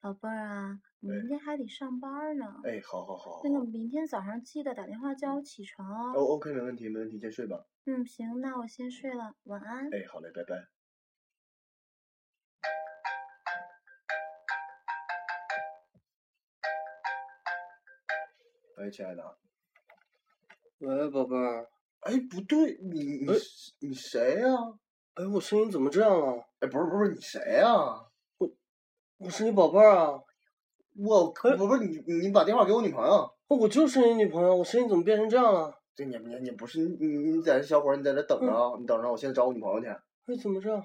宝贝儿啊，你明哎天还得上班儿呢，哎，好好好好那个好，明天早上记得打电话嗯叫我起床哦哦。 ，OK，没问题，没问题，先睡吧。嗯，行，那我先睡了，晚安。哎，好嘞，拜拜。哎，亲爱的，喂，宝贝儿，哎，不对，你你哎是你谁呀、哎，我声音怎么这样啊？哎，不是不是，你谁呀、我是你宝贝儿啊，我可是不是你，你把电话给我女朋友。哦我就是你女朋友，我声音怎么变成这样了？这你你你不是你你你在这小伙儿，你在这等着嗯啊，你等着，我现在找我女朋友去。哎，怎么这样？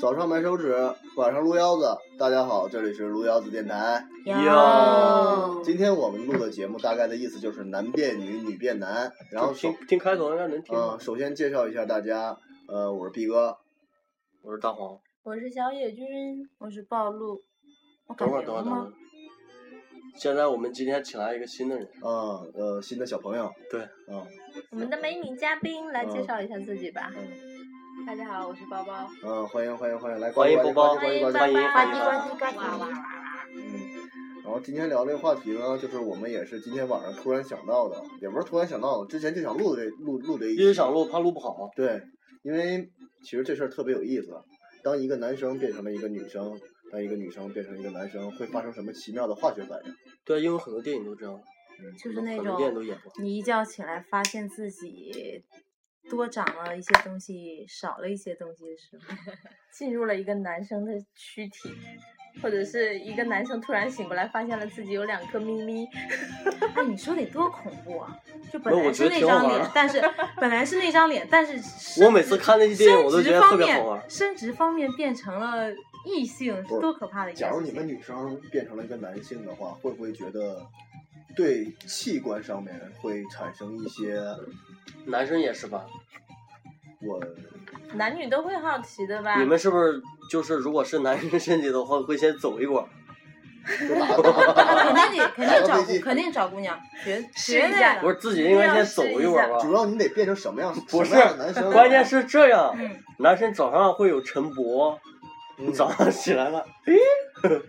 早上埋手指，晚上撸腰子。大家好，这里是撸腰子电台。哟今天我们录的节目大概的意思就是男变女，女变男。然后首听听开头应该能听嗯，到。首先介绍一下大家，呃，我是毕哥。我是大黄，我是小野君，我是暴露。我改等会儿名等会了儿等会儿吗？。现在我们今天请来一个新的人，嗯，呃，新的小朋友。对。嗯我们的美女嘉宾来介嗯绍一下自己吧。嗯大家好，我是包包。嗯，欢迎欢迎欢迎，来欢迎呱唧波包呱唧呱唧呱唧呱唧欢迎呱呱唧唧呱呱唧呱唧唧哇哇哇！嗯，然后今天聊这个话题呢，就是我们也是今天晚上突然想到的，也不是突然想到的，之前就想录这录录这一一期直想录，怕录不好。对，因为其实这事儿特别有意思，当一个男生变成了一个女生，当一个女生变成一个男生，会发生什么奇妙的化学反应？对，啊因为很多电影都这样，就是那很多种电影都演过。你一觉起来发现自己多长了一些东西，少了一些东西的时候，进入了一个男生的躯体，或者是一个男生突然醒过来，发现了自己有两颗咪咪。哎，你说得多恐怖啊！就本没有来我是那觉得挺好张玩脸儿，但 是本来是那张脸，但是我身每次值看那些电影，我生都觉殖得方特别好玩面，儿。生殖方面变成了异性，不是多可怕的一件假事如情！你们女生变成了一个男性的话，会不会觉得对器官上面会产生一些男生也是吧？我男女都会好奇的啊吧？你们是不是就是如果是男生身体的话，会先走一管儿？嗯就打 打肯定得肯定找打个飞姑机肯定找姑娘，绝试绝一对下的不是自己应该先走一会儿吧？主要你得变成什么样？不什是么样的男生？啊关键是这样，嗯，男生早上会有晨勃，嗯早上起来了，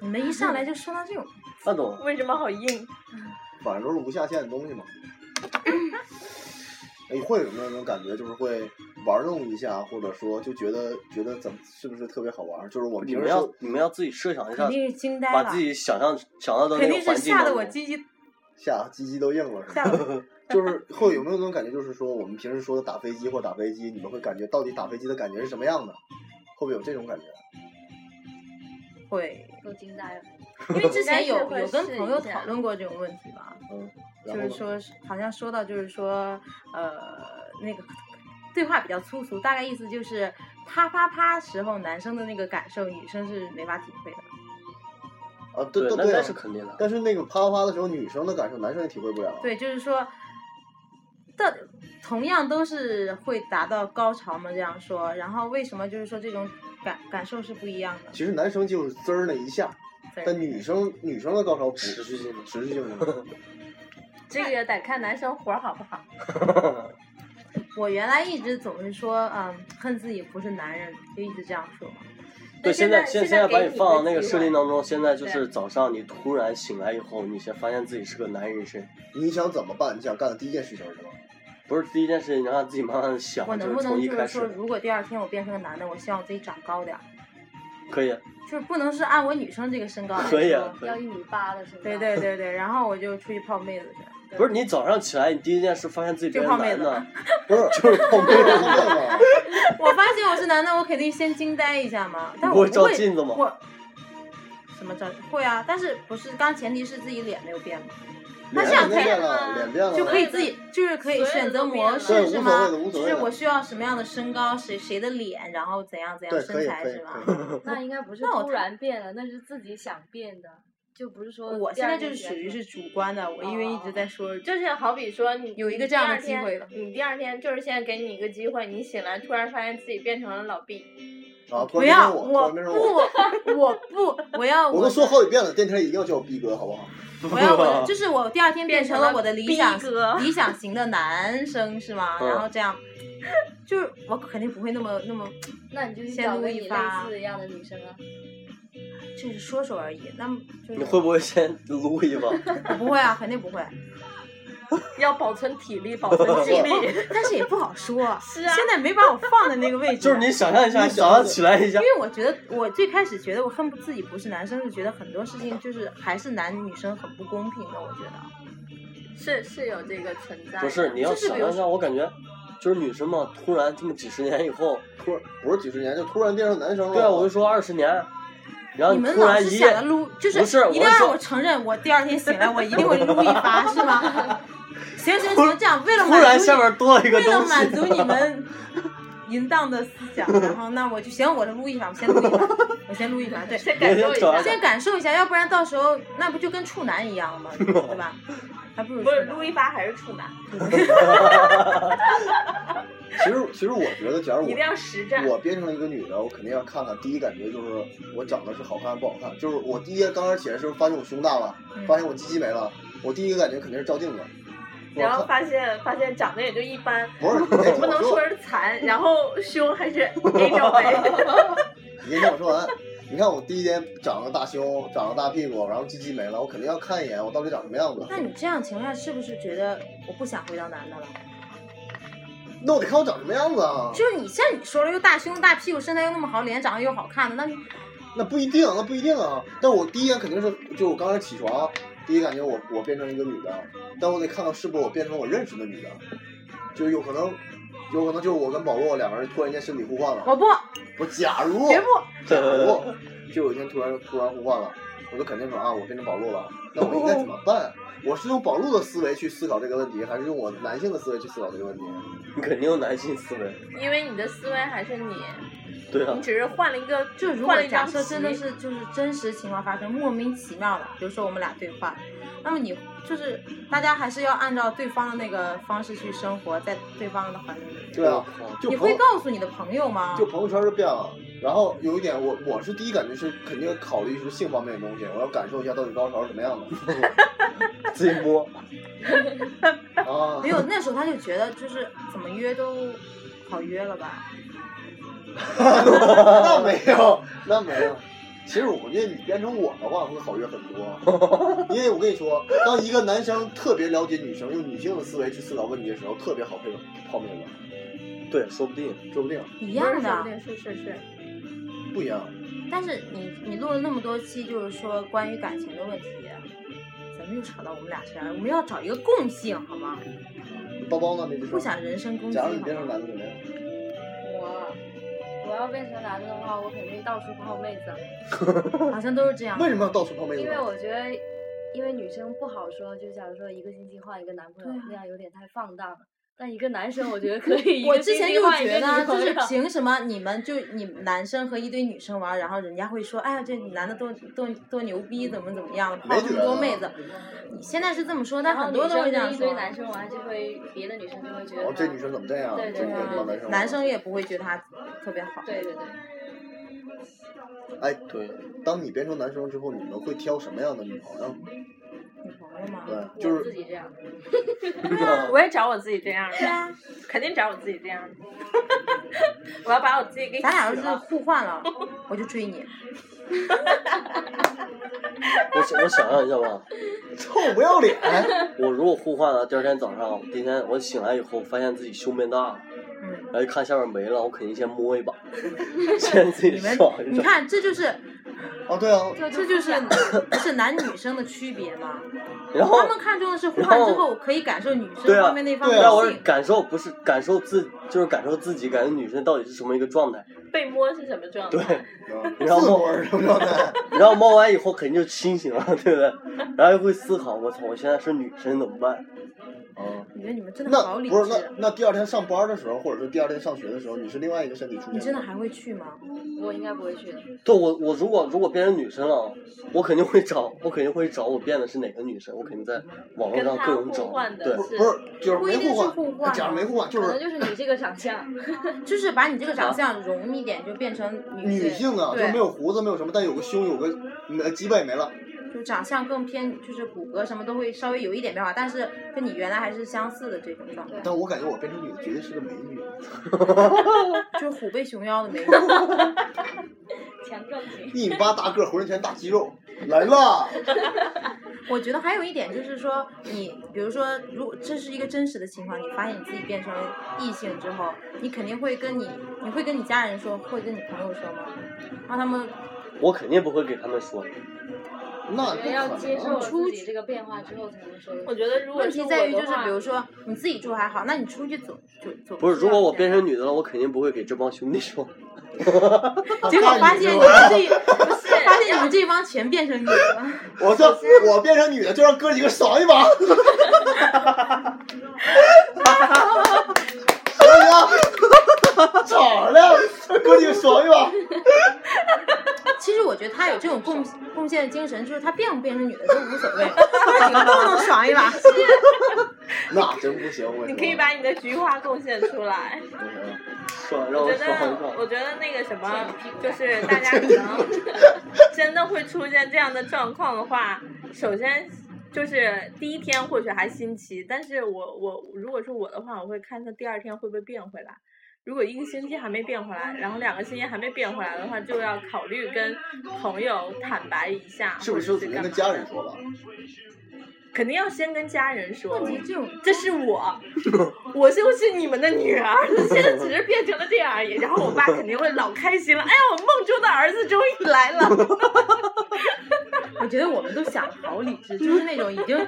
你们一上来就说到这种，那懂？为什么好硬？反正都是无下限的东西 嘛。你会有没有那种感觉，就是会玩弄一下，或者说就觉得觉得怎么是不是特别好玩？就是我们你平时们要你们要自己设想一下肯，定是惊呆把了自，己想象想象到那肯个定是环境吓当得我中。鸡鸡下鸡鸡都硬了，是吓吧？得我 就是会有没有那种感觉，就是说我们平时说的打飞机或打飞机，你们会感觉到底打飞机的感觉是什么样的？会不会有这种感觉？会，都惊呆了。因为之前应该是有会有跟试朋一友下讨论过这种问题吧，就然后是呢说是好像说到就是说呃那个对话比较粗俗，大概意思就是啪啪啪时候男生的那个感受，女生是没法体会的。啊，对对，对那对、那啊是，肯定的。但是那个啪啪啪的时候，女生的感受男生也体会不了。，对，就是说，到底同样都是会达到高潮嘛，这样说，然后为什么就是说这种感感受是不一样的？其实男生就是滋儿那一下，但对，女生女生的高潮不持续性的持续性 的。这个得看男生活儿好不好。我原来一直总是说，嗯，恨自己不是男人，就一直这样说嘛。对，现现在现现在给把你你放到个那个机设会定当中，现在就对是早上你突然醒来以后，你先发现自己是个男人身，你想怎么办？你想干的第一件事情是 什么？不是第一件事情，你让自己慢慢的想我，能就不是从能一就开是说，始如果第二天我变成个男的，我希望我自己长高点儿，可以就是不能是按我女生这个身高来可以啊说。可以。一米八的是吧对对 对对，然后我就出去泡妹子去。不是你早上起来，你第一件事发现自己就变泡成妹男子的了，不是，就是泡妹了。我发现我是男的，我肯定先惊呆一下嘛。但我你不会不照会镜子吗我什么照会啊？但是不是？刚前提是自己脸没有变嘛，那脸这样肯定可以变了了，吗脸变了，就可以自己就是可以所有选人择都变模了对式是无所吗谓的无？所就谓是的我需要什么样的身高，谁谁的脸，然后怎样怎样对，可身以材可以是吗？可以。那应该不是那我突然变了，那是自己想变的。就不是说我第现在二就天是起属来于说是主观的，我因为一直在说，哦就是好比说你有一个你这样第的二机天会了你第二天就是现在给你一个机会，你醒来突然发现自己变成了老毕， 啊，不突然间要问我，突然不变成我，我不我要 我都说好几遍了，电梯里一定要叫我逼哥，好不好？我要我的就是我第二天变变成成了了我的理逼想哥理想型的男生是吗？嗯然后这样，就是我肯定不会那么那么，那你就去先找撸跟一你类发似一样的女生啊。就是说说而已。那么就是你会不会先撸一把？我不会啊，肯定不 会。要保存体力， 保存精力。哦但是也不好说，是啊现在没把我放在那个位置。 就是你想象一下，你想早上起来一下因，为我觉得，我最开始觉得我恨不自己不是男生，是觉得很多事情就是还是男女生很不公平的。我觉得，是是有这个存在的。不是你要就是比想如象一下，我感觉就是女生嘛，突然这么几十年以后，突然不是几十年，就突然变成男生了。对啊，我就说二十年，然后你们突老然是一想着夜，撸，就是不是一定要我是让说我承认，我第二天醒来我一定会撸一 发，是吗？行行行，这样为了突满然足下面多了一你，个为了东西，满足你们淫荡的思想，然后那我就行，我就撸一发，我先撸一发，我先撸一发，对。先感受一找下到，先感受一下，要不然到时候那不就跟处男一样了 吗？对吧？还不如不是处男撸一发还是处男，其实其实我觉得，假如一定我要实战。我变成了一个女的，我肯定要看看第一感觉就是我长得是好看不好看。就是我第一刚开始起来的时候，发现我胸大了，嗯发现我鸡鸡没了，我第一个感觉肯定是照镜子。我然后看发现发现长得也就一般，不 是，你哎先不听能我说说，是残，然后胸还是 A 罩 杯。你先听我说完。你看我第一天长了个大胸，长了个大屁股，然后鸡鸡没了，我肯定要看一眼我到底长什么样子。那你这样情况下，是不是觉得我不想回到男的了？那我得看我长什么样子啊？就是你像你说了，又大胸大屁股，身材又那么好，脸长得又好看的，那你那不一定，那不一定啊。但我第一眼肯定是，就是我刚开始起床，第一感觉我我变成一个女的，但我得看看是不是我变成我认识的女的，就是有可能，有可能就是我跟保罗两个人突然间身体互换了。我不我假如，啊绝不，假如，啊就有一天突然突然互换了，我就肯定说啊，我变成保罗了，那我应该怎么办？我是用保罗的思维去思考这个问题，还是用我男性的思维去思考这个问题？ 你肯定有男性思维，因为你的思维还是你，对啊你，只是换了一个，就如换果了一假张设真的棋是就是真实情况发生，莫名其妙的，比如说我们俩对话，那么你就是大家还是要按照对方的那个方式去生活在对方的环境里。对啊，就你朋会友告诉你的朋友啊吗？就朋友圈就变了。然后有一点，我我是第一感觉是肯定要考虑是性方面的东西，我要感受一下到底高潮是什么样的自己摸，啊 没。有，那时候他就觉得就是怎么约都好约了吧？那没有，那没有。其实我觉得你变成我的话会好约很 多，因为我跟你说，当一个男生特别了解女生，用女性的思维去思考问题的时候，特别好配合泡妹子，对，说不 定。说不定一一样的，是是是，不一样。但是你你录了那么多期，就是说关于感情的问题，咱们又扯到我们俩身上，我们要找一个共性，好吗？包包呢？没吱声不想人身攻击，假好如你变成吗？男的怎么样？我我要变成男的话，我肯定到处泡妹子，好像都是这样为。什么要到处泡妹子因呢？为我觉得，因为女生不好说，就假如说一个星期换一个男朋友，对啊那样有点太放荡了。但一个男生，我觉得可 以一我个之星前期就换一个觉女朋得，友。就是凭什么你们就你们男生和一堆女生玩，然后人家会说，哎呀，这男的多多多牛逼，怎么怎么样，泡没这觉么得多啊妹子。你现在是这么说，但然后很多都女生会这样跟一堆啊说。男生玩，就会别的女生就会觉得哦，这她女生怎么这样？对这对女生怎么男生？啊男生也不会觉得他特别好。对对对，哎，对，当你变成男生之后，你们会挑什么样的女朋友？女朋友吗？对，啊就我自是己这样。啊 我也找我自己这样对的，啊，肯定找我自己这样的。 我要把我自己给咱俩要洗是了。互换了，我就追你。 我想我想象一下吧，臭不要脸。我如果互换了，第二天早上，第一天我醒来以后，发现自己胸变大了，嗯，然后一看下面没了，我肯定先 摸一把，先自己你们爽一你爽。看，这就是 哦，对啊，这就是是男女生的区别嘛。然后他们看重的是互换之后可以感受女生对啊方面那方面对啊，我的是性。感受不是感受自，就是感受自己，感觉女生到底是什么一个状态。被摸是什么 状对态？，自摸是不是？然后摸完以后肯定就清醒了，对不对？然后又会思考，我操，我现在是女生怎么办？哦我觉得你们真的那好理不是那智。啊那第二天上班的时候，或者是第二天上学的时候，你是另外一个身体出现。你真的还会去吗？我应该不会去的。对我我如果如果变成女生了，我肯定会找，我肯定会找我变的是哪个女生，我肯定在网络跟上他各种互找换。的对不，是不是，就是不没一定互是互换，换假如没啊互换，就可能是就是你这个长相， 就是把你这个长相融一点，就变成女女性性啊，就对没有胡子，没有什么，但有个胸，有个呃没脊背没了。就长相更偏，就是骨骼什么都会稍微有一点变化，但是跟你原来还是相似的这种状态，但我感觉我变成女的绝对是个美女。就是虎背熊腰的美女。 强壮型。一米八大个儿，浑身全是大肌肉，来啦！我觉得还有一点就是说，你比如说，如果这是一个真实的情况，你发现你自己变成异性之后，你肯定会跟你，你会跟你家人说，会跟你朋友说吗？让他们我肯定不会给他们说。那我觉得要不可接能受啊。自己这个变化之后才能说得出嗯我觉得如果问是题我在于的就是，话比如说你自己住还好，那你出去走就走。啊不是，如果我变成女的了，我肯定不会给这帮兄弟说。结果发现你们这不是 发现你们这帮全变成女的了，我这我变成女的，就让哥几个爽一把。 行不行？咋了？哥几个爽一把。其实我觉得他有这种 贡贡献精神，就是他变不变成女的都无所 谓，他几个都能爽 一把。那真不行，我跟你说可以把你的菊花贡献出来。不行。啊爽，让我我觉爽一得，爽。我觉得那个什么，就是大家可能真的会出现这样的状况的话，首先就是第一天或许还新奇，但是我我如果是我的话，我会看他第二天会不会变回来。如果一个星期还没变回来，然后两个星期还没变回来的话，就要考虑跟朋友坦白一下，是不或者是是得跟干嘛嗯家人说吧？肯定要先跟家人说。问题这种这是我， 我就是你们的女儿，现在只是变成了这样而已。然后我爸肯定会老开心了，哎呀，我梦中的儿子终于来了。我觉得我们都想的好理智，就是那种已经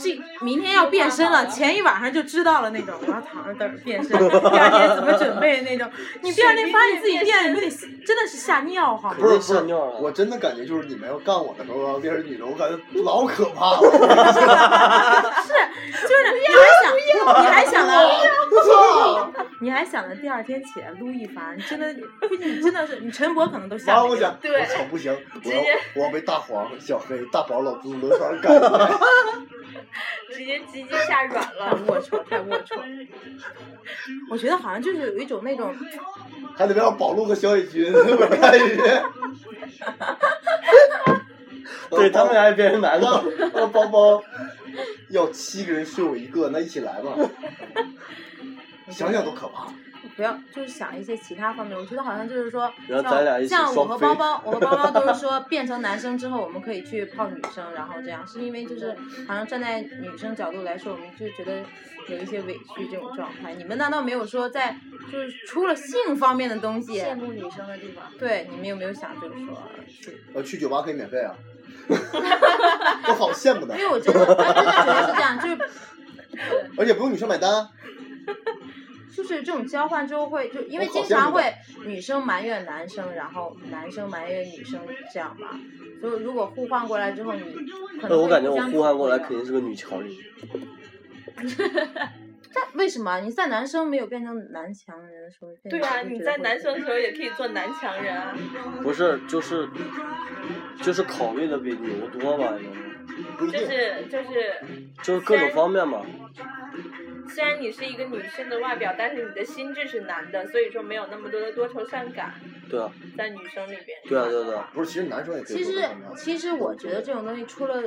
这明天要变身了，前一晚上就知道了那种，我要躺着等着变身，第二天怎么准备那 种。你第二天发现你自己变，你得 真的是吓尿好吗？不是不是吓尿了我真的感觉就是你们要干我的时候，啊要变成女的，我感觉老可怕了。是，就是你还想，你还想啊了，我操！你还想着第二天起来撸一番，你真的，估计你真的是，你陈博可能都吓完了我。想，对我操不行，我直接要我要被大黄、小黑、大宝、老朱轮番干掉。直接直接吓软太了。龌龊，太龌龊。我觉得好像就是有一种那种，还得让宝路和小野君 我干一遍。 对他们俩也变成男的，那包包要七个人睡我一个，那一起来吧。想想都可怕。不要就是想一些其他方面。我觉得好像就是说，然后像咱俩一起像我双和飞包包，我和包包都是说变成男生之后，我们可以去泡女生，然后这样，是因为就是好像站在女生角度来说，我们就觉得有一些委屈这种状态。你们难道没有说在就是除了性方面的东西羡？慕女生的地方。对，你们有没有想就是说去呃，去酒吧可以免费啊。 我好羡慕的因，为我真 的，我真的觉得是这样，就是而且不用女生买单。就是这种交换之后会，就因为我经好羡常慕会女生埋怨男生，然后男生埋怨女生这样吧。所以如果互换过来之后，你可能呃对，我会感觉互我相呼喊过来鼓励肯定是个女乔丽。但为什么你在男生没有变成男强人的时候？对啊，你在男生的时候也可以做男强人啊。不是，就是，就是考虑的比女的多吧，应该不一就定，是就是，就是各种方面嘛。虽然你是一个女性的外表，但是你的心智是男的，所以说没有那么多的多愁善感对啊，在女生里边。对啊，对啊对啊。不是，其实男生也可以其做这实样的。其实我觉得这种东西除了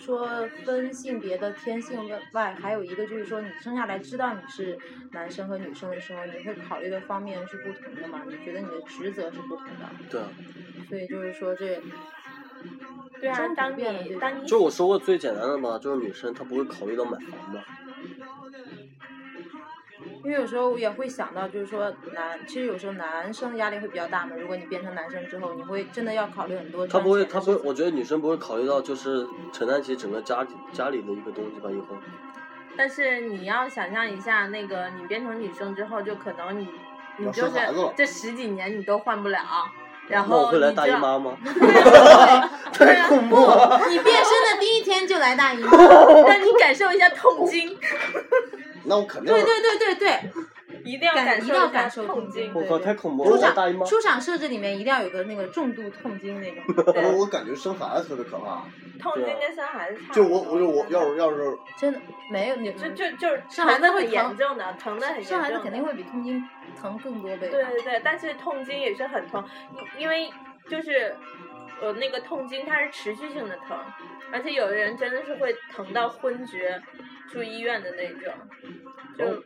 说分性别的天性外，还有一个就是说你生下来知道你是男生和女生的时候，你会考虑的方面是不同的嘛？你觉得你的职责是不同的，对啊，所以就是说这对啊真不，当变了这你个当你就是我说过最简单的嘛，就是女生她不会考虑到买房嘛。因为有时候我也会想到，就是说男，其实有时候男生压力会比较大嘛。如果你变成男生之后，你会真的要考虑很多。她不会，她不会，我觉得女生不会考虑到就是承担起整个家里家里的一个东西吧，以后。但是你要想象一下，那个你变成女生之后，就可能你你要就生是孩子了这十几年你都换不了，然那我后会你来知大姨道 妈吗？对太啊恐怖了！你变身的第一天就来大姨妈， 让你感受一下痛经，那我肯定对对对对对，一定要感感一受定要下感受痛痛经经。我靠，太恐怖了！出我来大姨场妈，出场设置里面一定要有个那个重度痛经那种。我说对，我感觉生孩子特别可怕，痛经跟生孩子差不多。啊就我我就我要是要是真的没有你，就就就是生孩子疼得会很疼严重的，疼的很严重生的。孩子肯定会比痛经疼更多倍。对对对，但是痛经也是很痛，因因为就是呃那个痛经它是持续性的疼，而且有的人真的是会疼到昏厥，住医院的那种。就、哦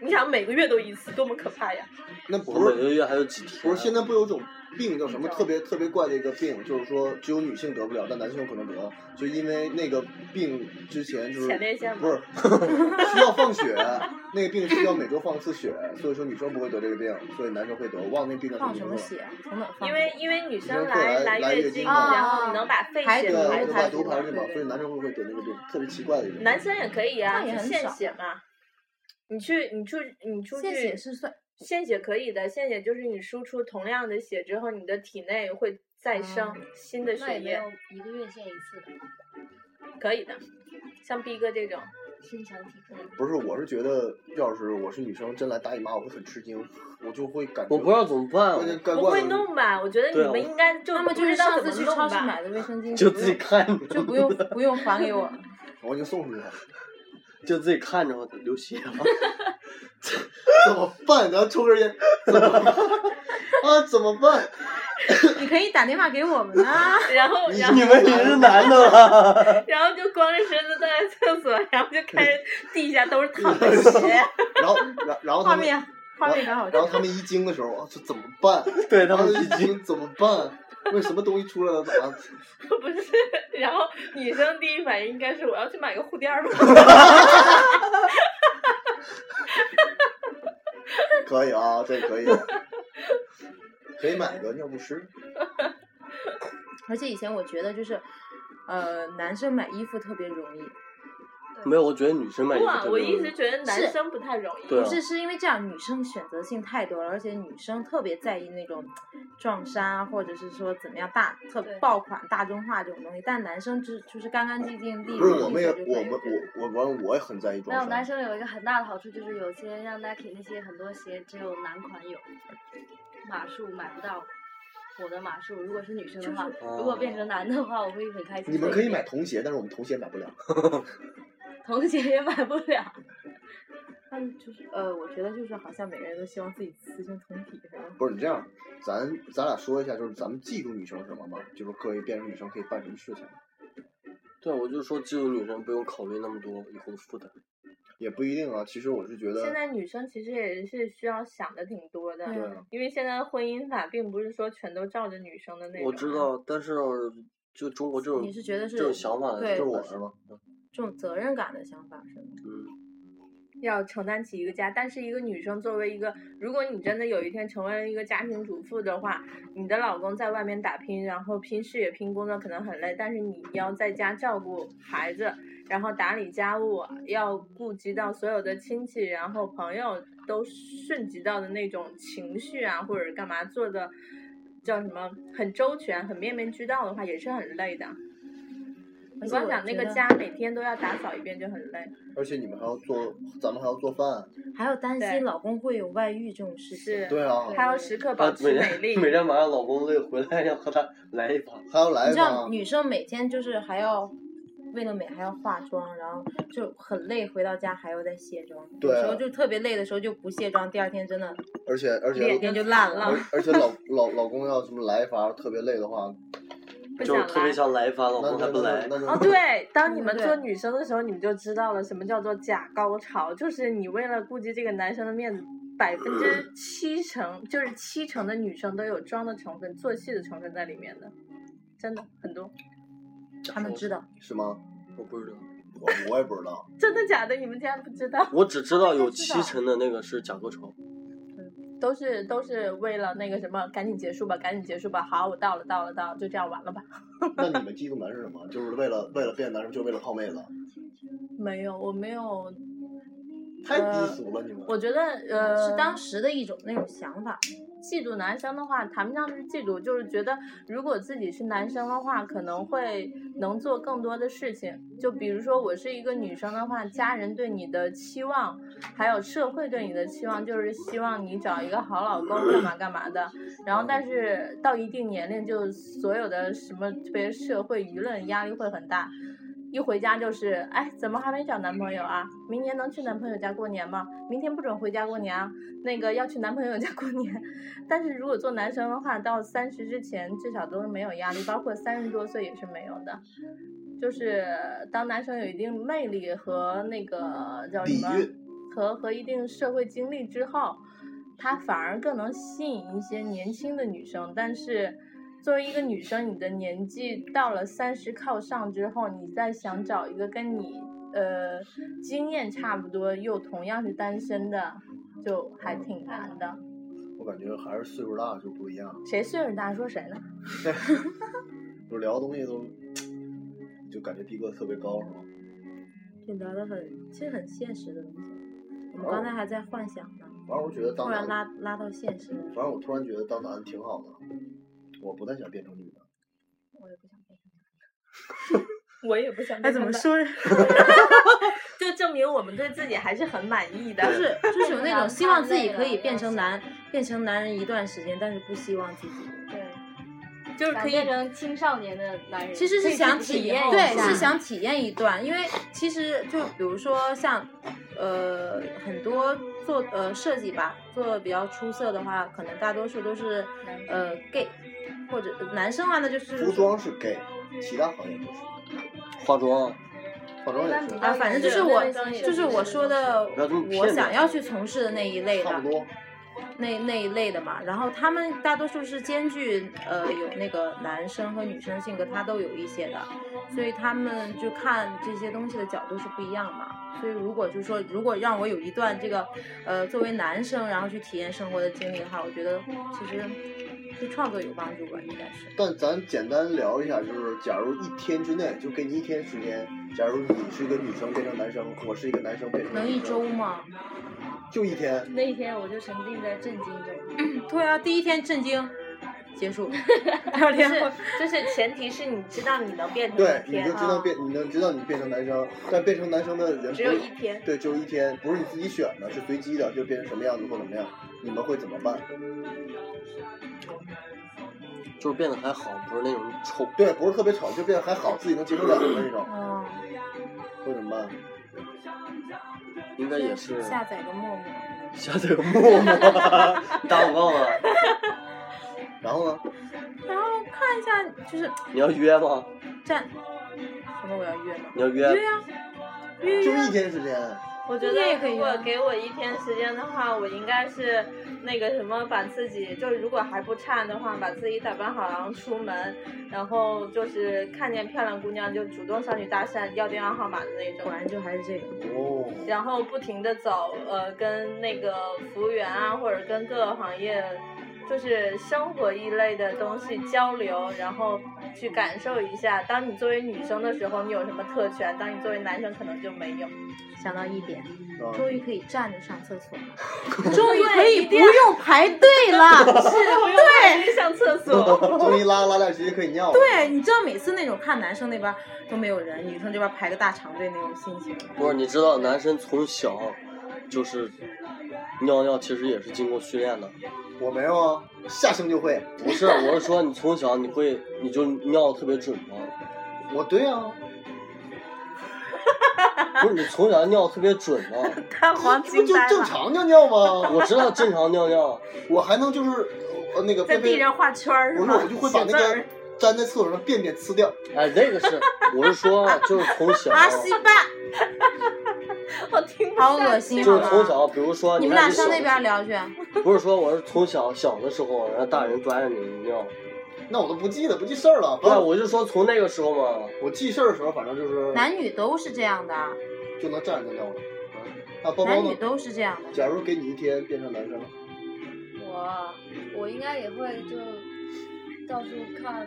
你想每个月都一次，多么可怕呀！那我不是每个月还有几天？不是现在不有种病叫什么病特别特别怪的一个病，就是说只有女性得不了，但男性有可能得，就因为那个病之前就是前列腺不是 需要放血，那个病需要每周放一次血，所以说女生不会得这个病，所以男生会得。我忘了那病叫什么放什名么字了。血？啊从哪儿放？因为因为女生女生会来来来月月经嘛然后啊你能把废排血毒对啊，排我毒就排把毒对毒排去嘛对，所以男生会会得那个病，特别奇怪的一个病。男生也可以啊，那也就很献少血嘛。你去你出你出去献血是算献血可以的，献血就是你输出同样的血之后，你的体内会再生嗯新的那也血没液，有一个月见一次的可以的。像逼哥这种，新强体征。不是，我是觉得，要是我是女生，真来大姨妈，我会很吃惊，我就会感觉我不知道怎么办怪，怪怪不怪会的弄吧？我觉得对你啊们应该就他们不就知是道上怎么次去弄超市吧买的卫生巾，就不自己用看着，就不用不用还给 我。我已经送出去了，就自己看着我流血了。怎么办？然后抽根烟，怎么办啊？怎么办？你可以打电话给我们啊。然后 然你后们也是男的吧？然后就光着身子站在厕所，然后就看着地下都是淌的血， 然后，然然后画他们，面画面感好然后看。他们一惊的时候，啊，这怎么办？ 对他他们们一 惊怎么办？为什么东西出来了？啊咋了？不是？然后女生第一反应应该是我要去买个护垫儿吧。可以啊，这可以，可以买个尿不湿。而且以前我觉得就是，呃，男生买衣服特别容易，没有，我觉得女生买 衣不服啊，特我别一容直易。觉得男是生不太容易。嗯嗯对啊不是是因为这样，女生选择性太多了，而且女生特别在意那种撞衫啊，或者是说怎么样大特对爆款、大众化这种东西，但男生只就是干干净净、利不是，落我利们也，索就可以我们了我我完，我也很在意没有装男衫。生有一个很大的好处就是有些像 Nike 那些很多鞋只有男款有，码数买不到我的码数。如果是女生的话，如果啊变成男的话，我会很开心。你们可以买童鞋，但是我们童鞋买不了。童鞋也买不了。但就是呃，我觉得就是好像每个人都希望自己雌雄同体，是吧？不是你这样，咱咱俩说一下，就是咱们嫉妒女生什么吗？就是各位变成女生可以办什么事情，对，我就说只有女生不用考虑那么多以后的负担。也不一定啊。其实我是觉得现，在女生其实也是需要想的挺多的，对，啊因为现在婚姻法并不是说全都照着女生的那种。啊我知。道，但是就中国这种你是觉得这种是想法对就是我是是吗？这种责任感的想法是吗？嗯，要承担起一个家，但是一个女生作为一个，如果你真的有一天成为了一个家庭主妇的话，你的老公在外面打拼，然后拼事业、拼工作可能很累，但是你要在家照顾孩子，然后打理家务，要顾及到所有的亲戚，然后朋友都顺及到的那种情绪啊，或者干嘛做的，叫什么很周全、很面面俱到的话，也是很累的。而你且光我想那觉个得家每天都要打扫一遍就很累。而且你们还要做，咱们还要做饭。还要担对心老公会有外遇这种事情。是对啊，还要时刻保她持每 美天丽。每天晚上老公累回来要和她来一把，还要来你一知道把。女生每天就是还要为了美还要化妆，然后就很累，回到家还要再卸妆。对有时候啊就特别累的时候就不卸妆，第二天真的而且而脸且就烂了而。而 且老老老公要什么来一发，特别累的话，不就是想特别来。想来一发，老那公还那不来那。那哦，就 对，当你嗯们对做女生的时候，你们就知道了什么叫做假高潮，就是你为了顾及这个男生的面子，百分 之七成，就是七成的女生都有装的成分、做戏的成分在里面的，真的很多。他们知道，是吗？我不知道，我我也不知道，真的假的？你们竟然不知道？我只知道有知七道成的那个是甲沟潮。 都是都是为了那个什么，赶紧结束吧，赶紧结束吧。好，我到了，到了，到了，就这样完了吧。那你们嫉妒男生什么？就是为了为了变男生，就为了泡妹子。没有，我没有太呃低俗了，你们。我觉得呃，是当时的一种那种想法。嫉妒男生的话，谈不上是嫉妒，就是觉得如果自己是男生的话，可能会能做更多的事情。就比如说我是一个女生的话，家人对你的期望，还有社会对你的期望，就是希望你找一个好老公，干嘛干嘛的。然后，但是到一定年龄，就所有的什么，特别是社会舆论压力会很大。一回家就是，哎，怎么还没找男朋友啊？明年能去男朋友家过年吗？明天不准回家过年啊！那个要去男朋友家过年。但是如果做男生的话，到三十之前至少都是没有压力，包括三十多岁也是没有的。就是当男生有一定魅力和那个叫什么底蕴，和和一定社会经历之后，他反而更能吸引一些年轻的女生。但是作为一个女生，你的年纪到了三十靠上之后，你再想找一个跟你呃经验差不多又同样是单身的，就还挺难的。我感觉还是岁数大就不一样，谁岁数大说谁呢？就聊的东西都，就感觉逼格特别高，是吗？就聊的很，其实很现实的东西。我哦们刚才还在幻想呢，反正我觉得当突然男，拉拉到现实。反正我突然觉得当男的挺好的，我不太想变成女的。我也不想变成我也不想哎，怎么 说？就证明我们对自己还是很满意的。就是就是有那种希望自己可以变成男，变成男人一段时间，但是不希望自己。对，就是想可以变成青少年的男人。其实是想体验，对，下是想体验一段，因为其实就比如说像，呃，很多做呃设计吧，做的比较出色的话，可能大多数都是呃 gay，或者男生啊，那就是服装是 gay，其他行业不是，化妆，化妆也是，啊，反正就是我就是我说的不要这么，骗我人想要去从事的那一类的，差不多。那那一类的嘛，然后他们大多数是兼具呃有那个男生和女生性格，他都有一些的，所以他们就看这些东西的角度是不一样嘛。所以如果就说如果让我有一段这个呃作为男生然后去体验生活的经历的话，我觉得其实对创作有帮助吧，应该是。但咱简单聊一下，就是假如一天之内，就给你一天时间，假如你是一个女生变成男生，我是一个男生变成能一女生周？吗？就一天。那一天我就沉浸在震惊中，对啊，第一天震惊，结束，还有联合，就是前提是你知道你能变成对，一你就天知啊，道变，你能知道你变成男生，但变成男生的人只有不是一天。对，只有一天，不是你自己选的，是随机的，就变成什么样子或怎么样，你们会怎么办？就是变得还好，不是那种丑。对，不是特别丑，就变得还好，自己能接受了的那种，哦嗯，会怎么办？应该也是下载个陌陌， 下载个陌陌，你打广告呢？然后呢？然后看一下就是你要约吗？站，什么我要约吗？你要约？约啊，约就约啊一天时间，我觉你也得可以如果啊给我一天时间的话，我应该是那个什么，把自己就是如果还不差的话，把自己打扮好，然后出门，然后就是看见漂亮姑娘就主动上去搭讪，要电话号码的那种果。然就还是这个。哦，然后不停的找呃跟那个服务员啊，或者跟各个行业，就是生活一类的东西交流，然后去感受一下。当你作为女生的时候，你有什么特权？当你作为男生，可能就没有。想到一点，啊，终于可以站着上厕所了， 终于可以不用排队是，了。我又去上厕所。 终于拉拉链直接可以尿了。对，你知道每次那种看男生那边都没有人，女生这边排个大长队那种心情。不是，你知道男生从小就是尿尿，其实也是经过训练的。我没有啊，下生就会。不是，我是说你从小你会你就尿得特别准吗？我对啊，不是，你从小尿得特别准吗？看黄不金就呆正了，常尿尿吗？我知道正常尿尿，我还能就是呃那个在便地便，上画圈儿不是是吗？我就会把那写字儿个粘在厕所上的便便呲掉。哎，那个是，我是说就是从小。阿啊西吧，我听不好下恶去。心，啊就好是从吧？小，比如说哦你们看俩小上的那边时聊去。候，不是说我是从小小的时候，然后大人抓着你尿，那我都不记得，不记事儿啊了。对，啊我就说从那个时候嘛， 我记事儿的时候，反正就是男女都是这样的，啊就能站着尿了。啊，包包男女呢？都是这样的。假如给你一天变成男生，我我应该也会就到处看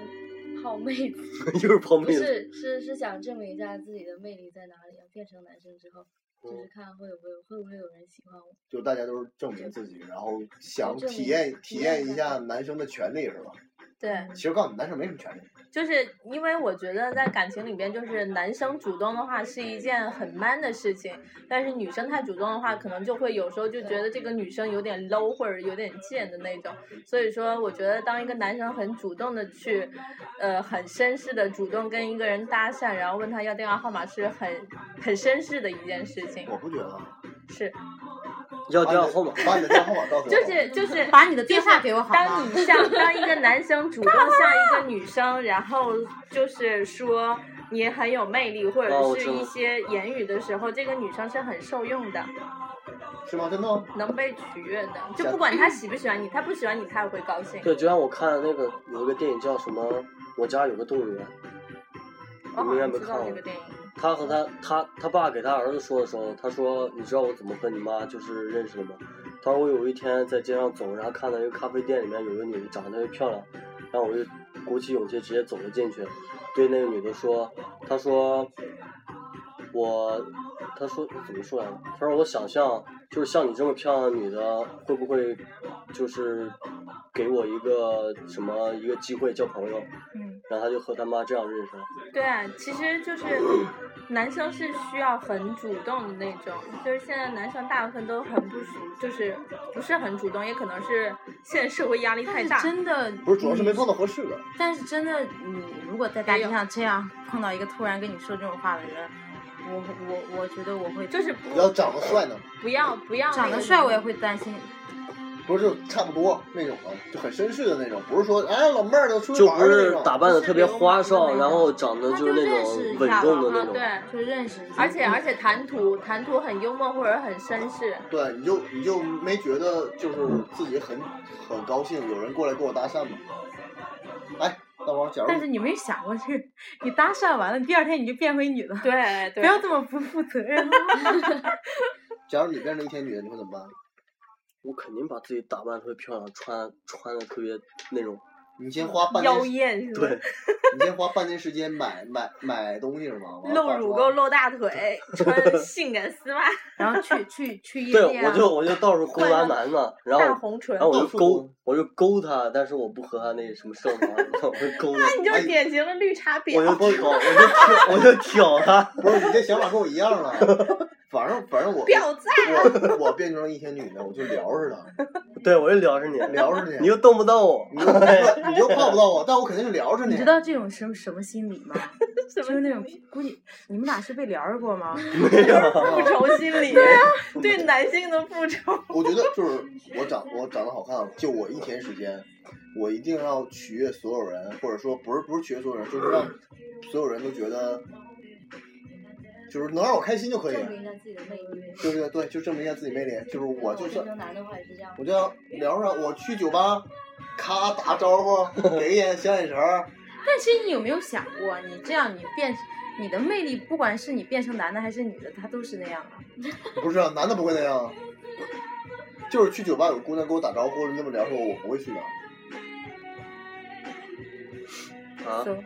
泡妹子，又是泡不妹子，是是是想证明一下自己的魅力在哪里啊，变成男生之后就是看会有会有会不会有人喜欢我。就大家都是证明自己，然后想就证体明验体体验验一一下下男生的权利是吧？对，其实告诉你，男生没什么权利。就是因为我觉得在感情里边，就是男生主动的话是一件很 man 的事情，但是女生太主动的话，可能就会有时候就觉得这个女生有点 low 或者有点贱的那种。所以说，我觉得当一个男生很主动的去，呃，很绅士的主动跟一个人搭讪，然后问他要电话号码，是很很绅士的一件事情。我不觉得。是，要把你的电话号码。把你的电话号码告诉我。就是就是把你的电话给我好当吗？你向当一个男生 主动向一个女生，然后就是说你很有魅力，或哦我者知是道一些言语的时候，这个女生是很受用的，是吗？真的吗？能被取悦的。就不管他喜不喜欢你，他不喜欢你，他也会高兴。对，就像我看那个有一个电影叫什么《我家有个动物园》，我你好们应该没像哦知看道过这个。电影。他和他他他爸给他儿子说的时候，他说：“你知道我怎么和你妈就是认识的吗？”他说：“我有一天在街上走，然后看到一个咖啡店里面有个女的长得特别漂亮，然后我就鼓起勇气直接走了进去，对那个女的说，他说我，他说怎么说来着？他说我想象就是像你这么漂亮的女的，会不会就是给我一个什么一个机会交朋友？”嗯，然后他就和他妈这样认识了。对啊，其实就是 男生是需要很主动的那种，就是现在男生大部分都很不主，就是不是很主动，也可能是现在社会压力但太是大。真的不是，主要是没你碰到合适的。嗯但是真的，你如果在大街上这样碰到一个突然跟你说这种话的人，我我我觉得我会就是不要长得帅呢，不要不要长那得个帅，我也会担心。不是就差不多那种的，就很绅士的那种，不是说哎老妹儿都出去就玩不儿的那是种。打扮的特别花哨，不是流氓的那种然后长得就是那种稳重的那啊种。对，就认识一下，而且而且谈吐谈吐很幽默或者很绅士，对，你就你就没觉得就是自己很很高兴，有人过来跟我搭讪吗？哎，大王，假如但是你没想过这个，你搭讪完了，第二天你就变回女的，对不要这么不负责 任。啊假如你变成一天女的，你会怎么办？我肯定把自己打扮得特别漂亮，穿穿的特别那种。你先花半妖天，艳是吧？对，你先花半天时间买买买东西是吗？完了露化乳沟妆露大腿， 穿性感丝袜， 然后去去去夜对，店我啊，就我就到处勾搭男的，然大后红唇然。后我就到处勾勾我就勾他，但是我不和他那什么正常，我就勾他，哎你就是典型的绿茶我啊就婊，挑我就挑我就挑他。不是你这想法跟我一样了，反正反正我婊子啊。我我变成一天女的，我就撩着她，对，我就聊着你，撩着你你，又动不到 我。你就你就泡不到我，但我肯定是撩着你知道这种什么什么心理吗？ 什就是么那种估计你们俩是被聊着过 吗？没有，复仇心理？对啊，对男性的复仇。我觉得就是我长我长得好看，就我一天时间，我一定要取悦所有人，或者说不是不是取悦所有人，就是让所有人都觉得，就是能让我开心就可以证，明一下自己的魅力。就是对，就证明一下自己魅力，就是我就变是成男的话也是这样我。就要聊上，我去酒吧，咔打招呼，给一眼小眼神儿，但其实你有没有想过，你这样你变你的魅力，不管是你变成男的还是女的，他都是那样的。不是、啊、男的不会那样啊，就是去酒吧有姑娘跟我打招呼那么聊说，我不会去的，呃啊， So-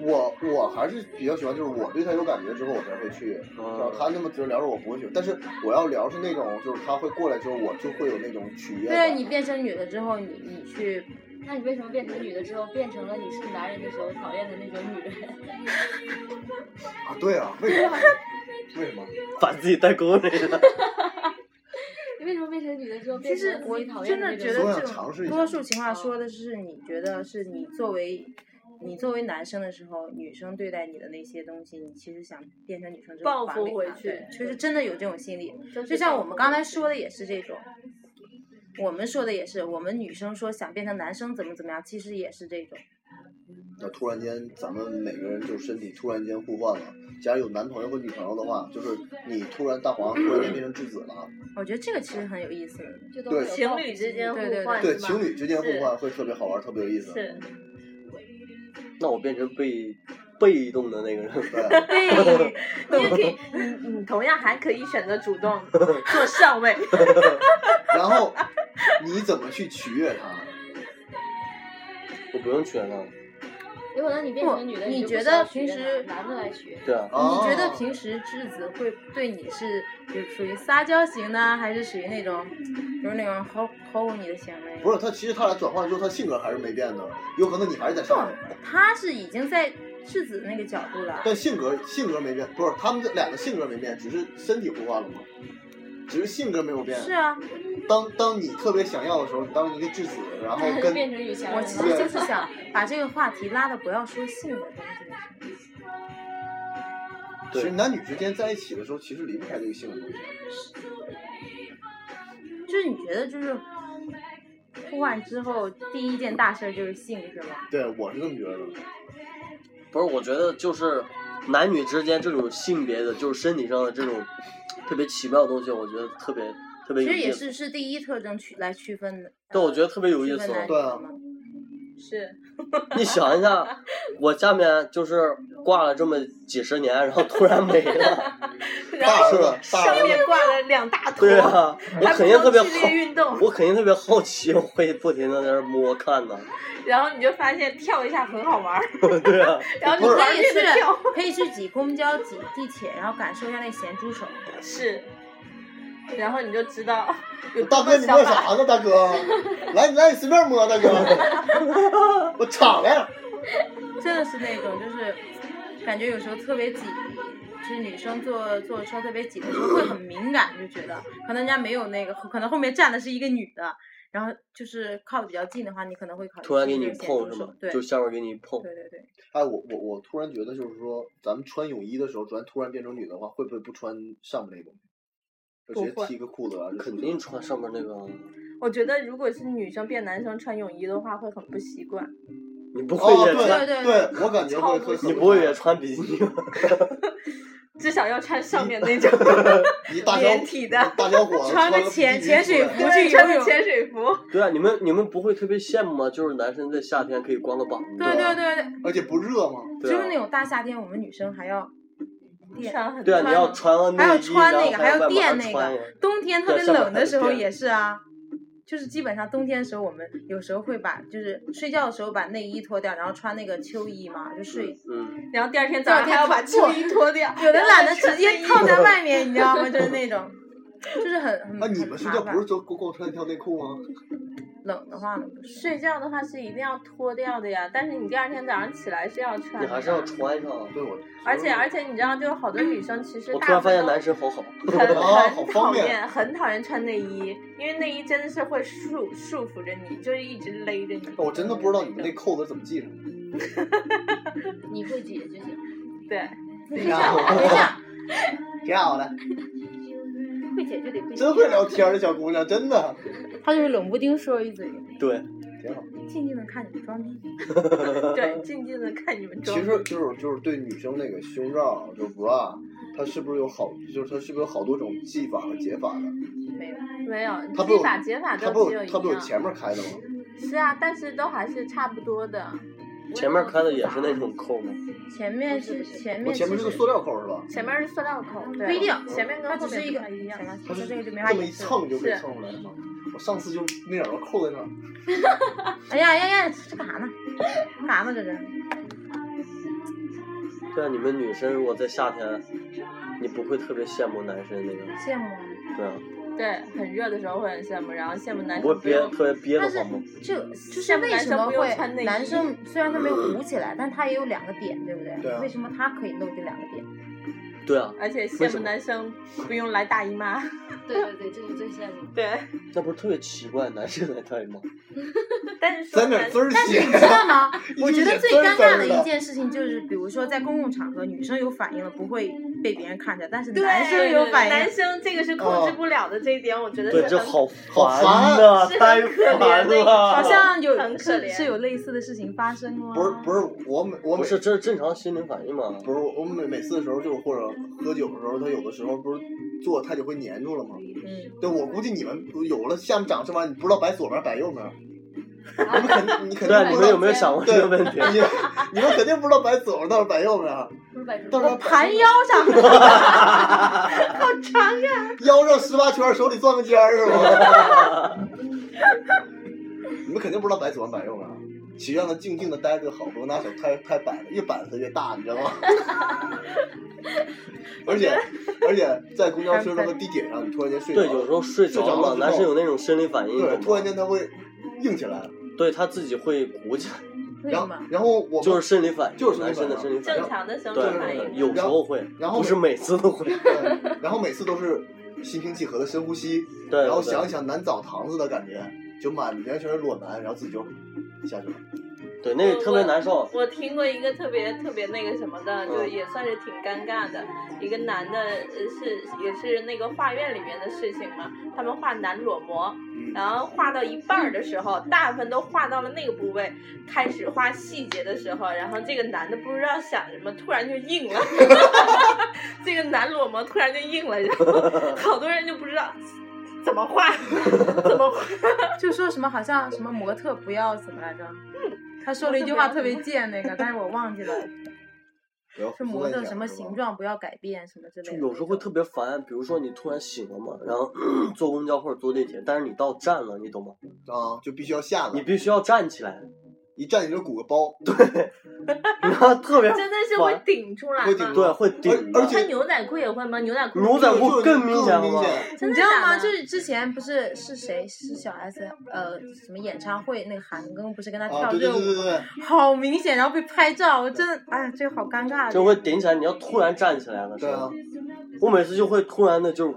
我我还是比较喜欢，就是我对她有感觉之后，我才会去。嗯他那么直聊着我不会去，但是我要聊是那种，就是他会过来之后，我就会有那种取悦对啊，感。你变成女的之后，你你去那你为什么变成女的之后，变成了你是男人的时候讨厌的那种女人？啊，对啊，为什么？为什么？把自己带沟里了。 你为什么变成女的之后其变成实了自我己讨厌真的的那觉种得女这想人？尝试一种下多数情况说的是，你觉得是你作为你作为男生的时候，女生对待你的那些东西，你其实想变成女生之后报还复给回她去啊对就是真的有这种心理。就 是就像我们刚才说的也是这种，我们说的也是，我们女生说想变成男生怎么怎么样，其实也是这种。那突然间，咱们每个人就身体突然间互换了。假如有男朋友和女朋友的话，就是你突然大嗯黄突然间变成质子了，我觉得这个其实很有意思。就都会有对情侣之间互报复心理对对 换对是吧情侣之间互是换会特别好玩，特别有意思。是那我变成被被动的那个人了。 对，对，哎你也可以，你你同样还可以选择主动做上 位，然后你怎么去取悦他？我不用选了，有可能你变不成女的，你就不觉需得要学平男时男的来学？对啊，哦 你觉得平时质子会对你是就属于撒娇型呢，还是属于那种就是那种吼吼吼你的行为？不是他，其实他俩转换之后，他性格还是没变的，有可能你还是在上面，他是已经在质子那个角度了。但性格性格没变，不是他们俩的性格没变，只是身体互换了嘛，只是性格没有变。是啊，当当你特别想要的时候，当一个质子， 然后跟 变成女强我人其了实就是想把这个话题拉的不要说性的东西了。其实对，男女之间在一起的时候，其实离不开这个性格。就是你觉得就是互换之后第一件大事儿就是性是吗？对，我是这么觉得的。不是，我觉得就是男女之间这种性别的，就是身体上的这种特别奇妙的东西，我觉得特别特别其有实也意思。是是第一特征区来区分的。呃对，我觉得特别有意区思分。男女对啊的嘛。是你想一 下，我下面就是挂了这么几十年，然后突然没了，大儿子，大上儿子面挂了两大坨，对 啊，我还不肯定能特别剧烈好，运动，我肯定特别好奇，我会不停的在那儿摸看呢。然后你就发现跳一下很好玩儿， 对啊，然后你不是玩可儿以命的跳，去可以去挤公交、挤地铁，然后感受一下那咸猪手。是，然后你就知道有大多哥，么你想摸把啥呢？大 哥，来，你来，你随便摸，大哥，我敞亮。真的是那种，就是感觉有时候特别挤，就是女生坐坐车特别挤的时候会很敏感，就觉得可能人家没有那个，可能后面站的是一个女的，然后就是靠的比较近的话，你可能会考虑突然给是不你是先碰入是手吗？对就下面给你碰，对对对，哎，我我我突然觉得，就是说，咱们穿泳衣的时候，咱突然变成女的话，会不会不穿上面那东西？就直不接会踢个裤子啊？就肯出去定了穿上面那个，我觉得如果是女生变男生穿泳衣的话，会很不习惯。你不哦，会也穿，对对对，我感觉超会不会习很你不会也穿比基尼吧？至少要 穿上面那种一大小连体的，大小伙子穿个个潜比基尼潜水出来服去穿游着泳潜水服，对啊，你们你们不会特别羡慕吗？就是男生在夏天可以光个膀子，对对对对，而且不热吗？对就是那啊，种大夏天，我们女生还要垫，穿很对啊，短你要穿个内还要衣，穿然那后个，还要外面垫还那穿个。冬天特对别下面冷还的得时候垫也是啊，就是基本上冬天的时候，我们有时候会把就是睡觉的时候把内衣脱掉，然后穿那个秋衣嘛，就 睡。嗯，然后第二天早上还要把秋衣脱掉，有的懒得直接套在外。外面，你知道 吗？就是那种，就是很很那你很们睡麻觉烦不。是都光光穿一条内裤吗？冷的话呢，不是 睡觉的话是一定要脱掉的呀，但是你第二天早上起来是要穿的。你还是要。穿上。对，我而且而且你知道，就是好多女生其实我大突然部发分现都男生好好， 很啊好很方讨便厌，很讨厌穿内衣，因为内衣真的是会束束缚着你，就是一直勒着你。哦我真的不知道你们那扣子怎么系上的。你会解 就行。 对，挺好，挺好的，会解就得会解。真会聊天儿的小姑娘，真的他就是冷不丁说一嘴，对，挺好。静静的看你们装逼。对，静静的看你们装其。实就是就是对女生那个胸罩，就是 bra，它是不是有好，就是它是不是有好多种系法和解法的？没有，没有，它不系有法解法它都不只有一它不有样。前面开的吗？是啊，但是都还是差不多的。前面开的也是那种扣吗？前面是不是前我面前面是个塑料扣是吧？前面是塑料口，对不一定前面它跟只后是面一个不太一样。行它是了，这个就没法这么解一释。蹭就可以是蹭出来的吗？我上次就那眼儿扣在那儿，哎呀呀呀，这干啥呢？干啥呢这是？对啊，你们女生如果在夏天，你不会特别羡慕男生那个，羡慕啊。对啊，对，很热的时候会很羡慕，然后羡慕男你生不会不憋用特别憋得但是慌吗？这就是羡慕为男什生么不用会穿内男衣 生虽然他没有鼓起来，但他也有两个点，对不对？对啊为什么他可以露这两个点？对啊，而且为羡什慕么男生不用来大姨妈。对对对，这是最羡慕。对，那不是特别奇怪，男生来大姨妈，但是说在那儿男滋儿但是血？你。知道吗我觉得最 一点尴尬分儿的都没有一件事情就是，比如说在公共场合，女生有反应了不会被别人看见，但是对男生有反男 应，哦生这个是控制不了的这一点，我觉得对，是这很好好烦烦呐，是很太可怜烦啊的一个了。好像有很可是怜是有类似的事情发生吗？不是不是，我每我不每是，这是正常心理反应嘛？不是我每每次的时候，就是或者喝酒的时候，他有的时候不是坐他就会粘住了吗？嗯，对，我估计你们有了下面长这玩意儿，你不知道摆左面摆右面，啊你们肯定你肯对啊，定你不知们有道，没有想过这个问题？你你们肯定不知道摆左面到底摆右面，啊不是摆什到么时候我盘腰上， 啊 腰上十八圈，手里转个 尖儿是吧？你们肯定不知道摆左面摆右面，请啊让它静静的待着好，不能拿手拍拍板子，越板子它越大，你知道 吗？而且而且在公交车上和地铁上，你突然间睡着对，了，有时候睡睡着着了了，之男生后有那种生理反应，对，懂吗突然间它会硬起来，对他自己会鼓起来，为然什后么？然后我们就是生理反应，就是生理男反生应啊的生理反应正。常的生理对反对，对应。有时候会，然后不是每次都会。对，然后每次都是心平气和的深呼吸，对，然后对想一想南澡堂子的感觉，就满全是裸男，然后自己就下去了。对那个特别难受。我听过一个特别特别那个什么的，嗯就也算是挺尴尬的。一个男的，呃是也是那个画院里面的事情嘛，他们画男裸模，嗯然后画到一半儿的时候，大部分都画到了那个部位，开始画细节的时候，然后这个男的不知道想什么，突然就硬了， 这个男裸模突然就硬了，然后好多人就不知道怎么画，怎么画。就说什么好像什么模特不要怎么来着？他说了一句话特别贱那个，但是我忘记了，然后是模特什么形？状不要改变什么之类就的。有时候会特别烦，比如说你突然醒了嘛，然后 坐公交或者坐地铁，但是你到站了，你懂吗？啊，就必须要下你来，必须要站起来，一站你就鼓个包，然后特别 真的是会顶出来会顶啊吗？对会顶啊的，而而且穿牛仔裤也会吗？牛仔裤牛仔这个裤就更更明显了明 吧显真你知的道假吗？的就是之前不是是谁是小 S 呃什么演唱会那个韩庚不是跟他啊！跳对对热对舞，对对，好明显，然后被拍照，我真的哎这个好尴尬。就会顶起来，你要突然站起来了。是对啊吧，我每次就会突然的就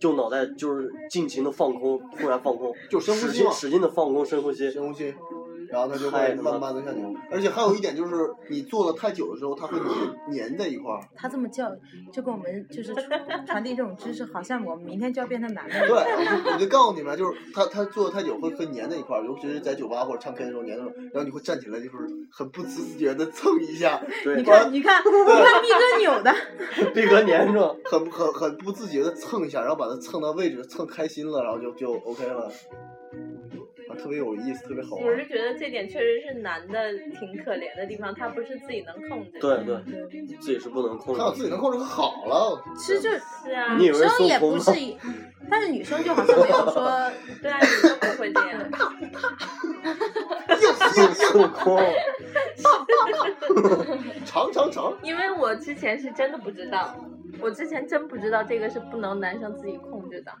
就脑袋就是尽情的放空，突然放空，就深呼使吸劲嘛，使劲的放空深呼吸。深呼吸，然后它就太会慢慢的下去。而且还有一点就是，你坐的太久的时候，它会粘粘在一块儿。他这么叫，就跟我们就是传 递这种知识，好像我们明天就要变成 男的一对，样。我就我就告诉你们，就是他他坐的太久会会粘在一块儿，尤其是在酒吧或者唱 K 的时候粘的时候，然后你会站起来就是很不自觉的蹭一下，对你，看，你看，你看毕哥扭的，闭合粘住。很很很不自觉的蹭一下，然后把它蹭到位置，蹭开心了，然后就就 OK 了，啊，特别有意思，特别好我玩是。觉得这点确实是男的挺可怜的地方，他不是自己能控 制的。对对，自己是不能控制看我自己的。能控制可好了，其实就是啊你，以女为是生也孙不红是吗？一，但是女生就好像没有说，对啊，女生不会这样。孙悟空， 尝尝尝，因为我之前是真的不知道，我之前真不知道这个是不能男生自己控制的。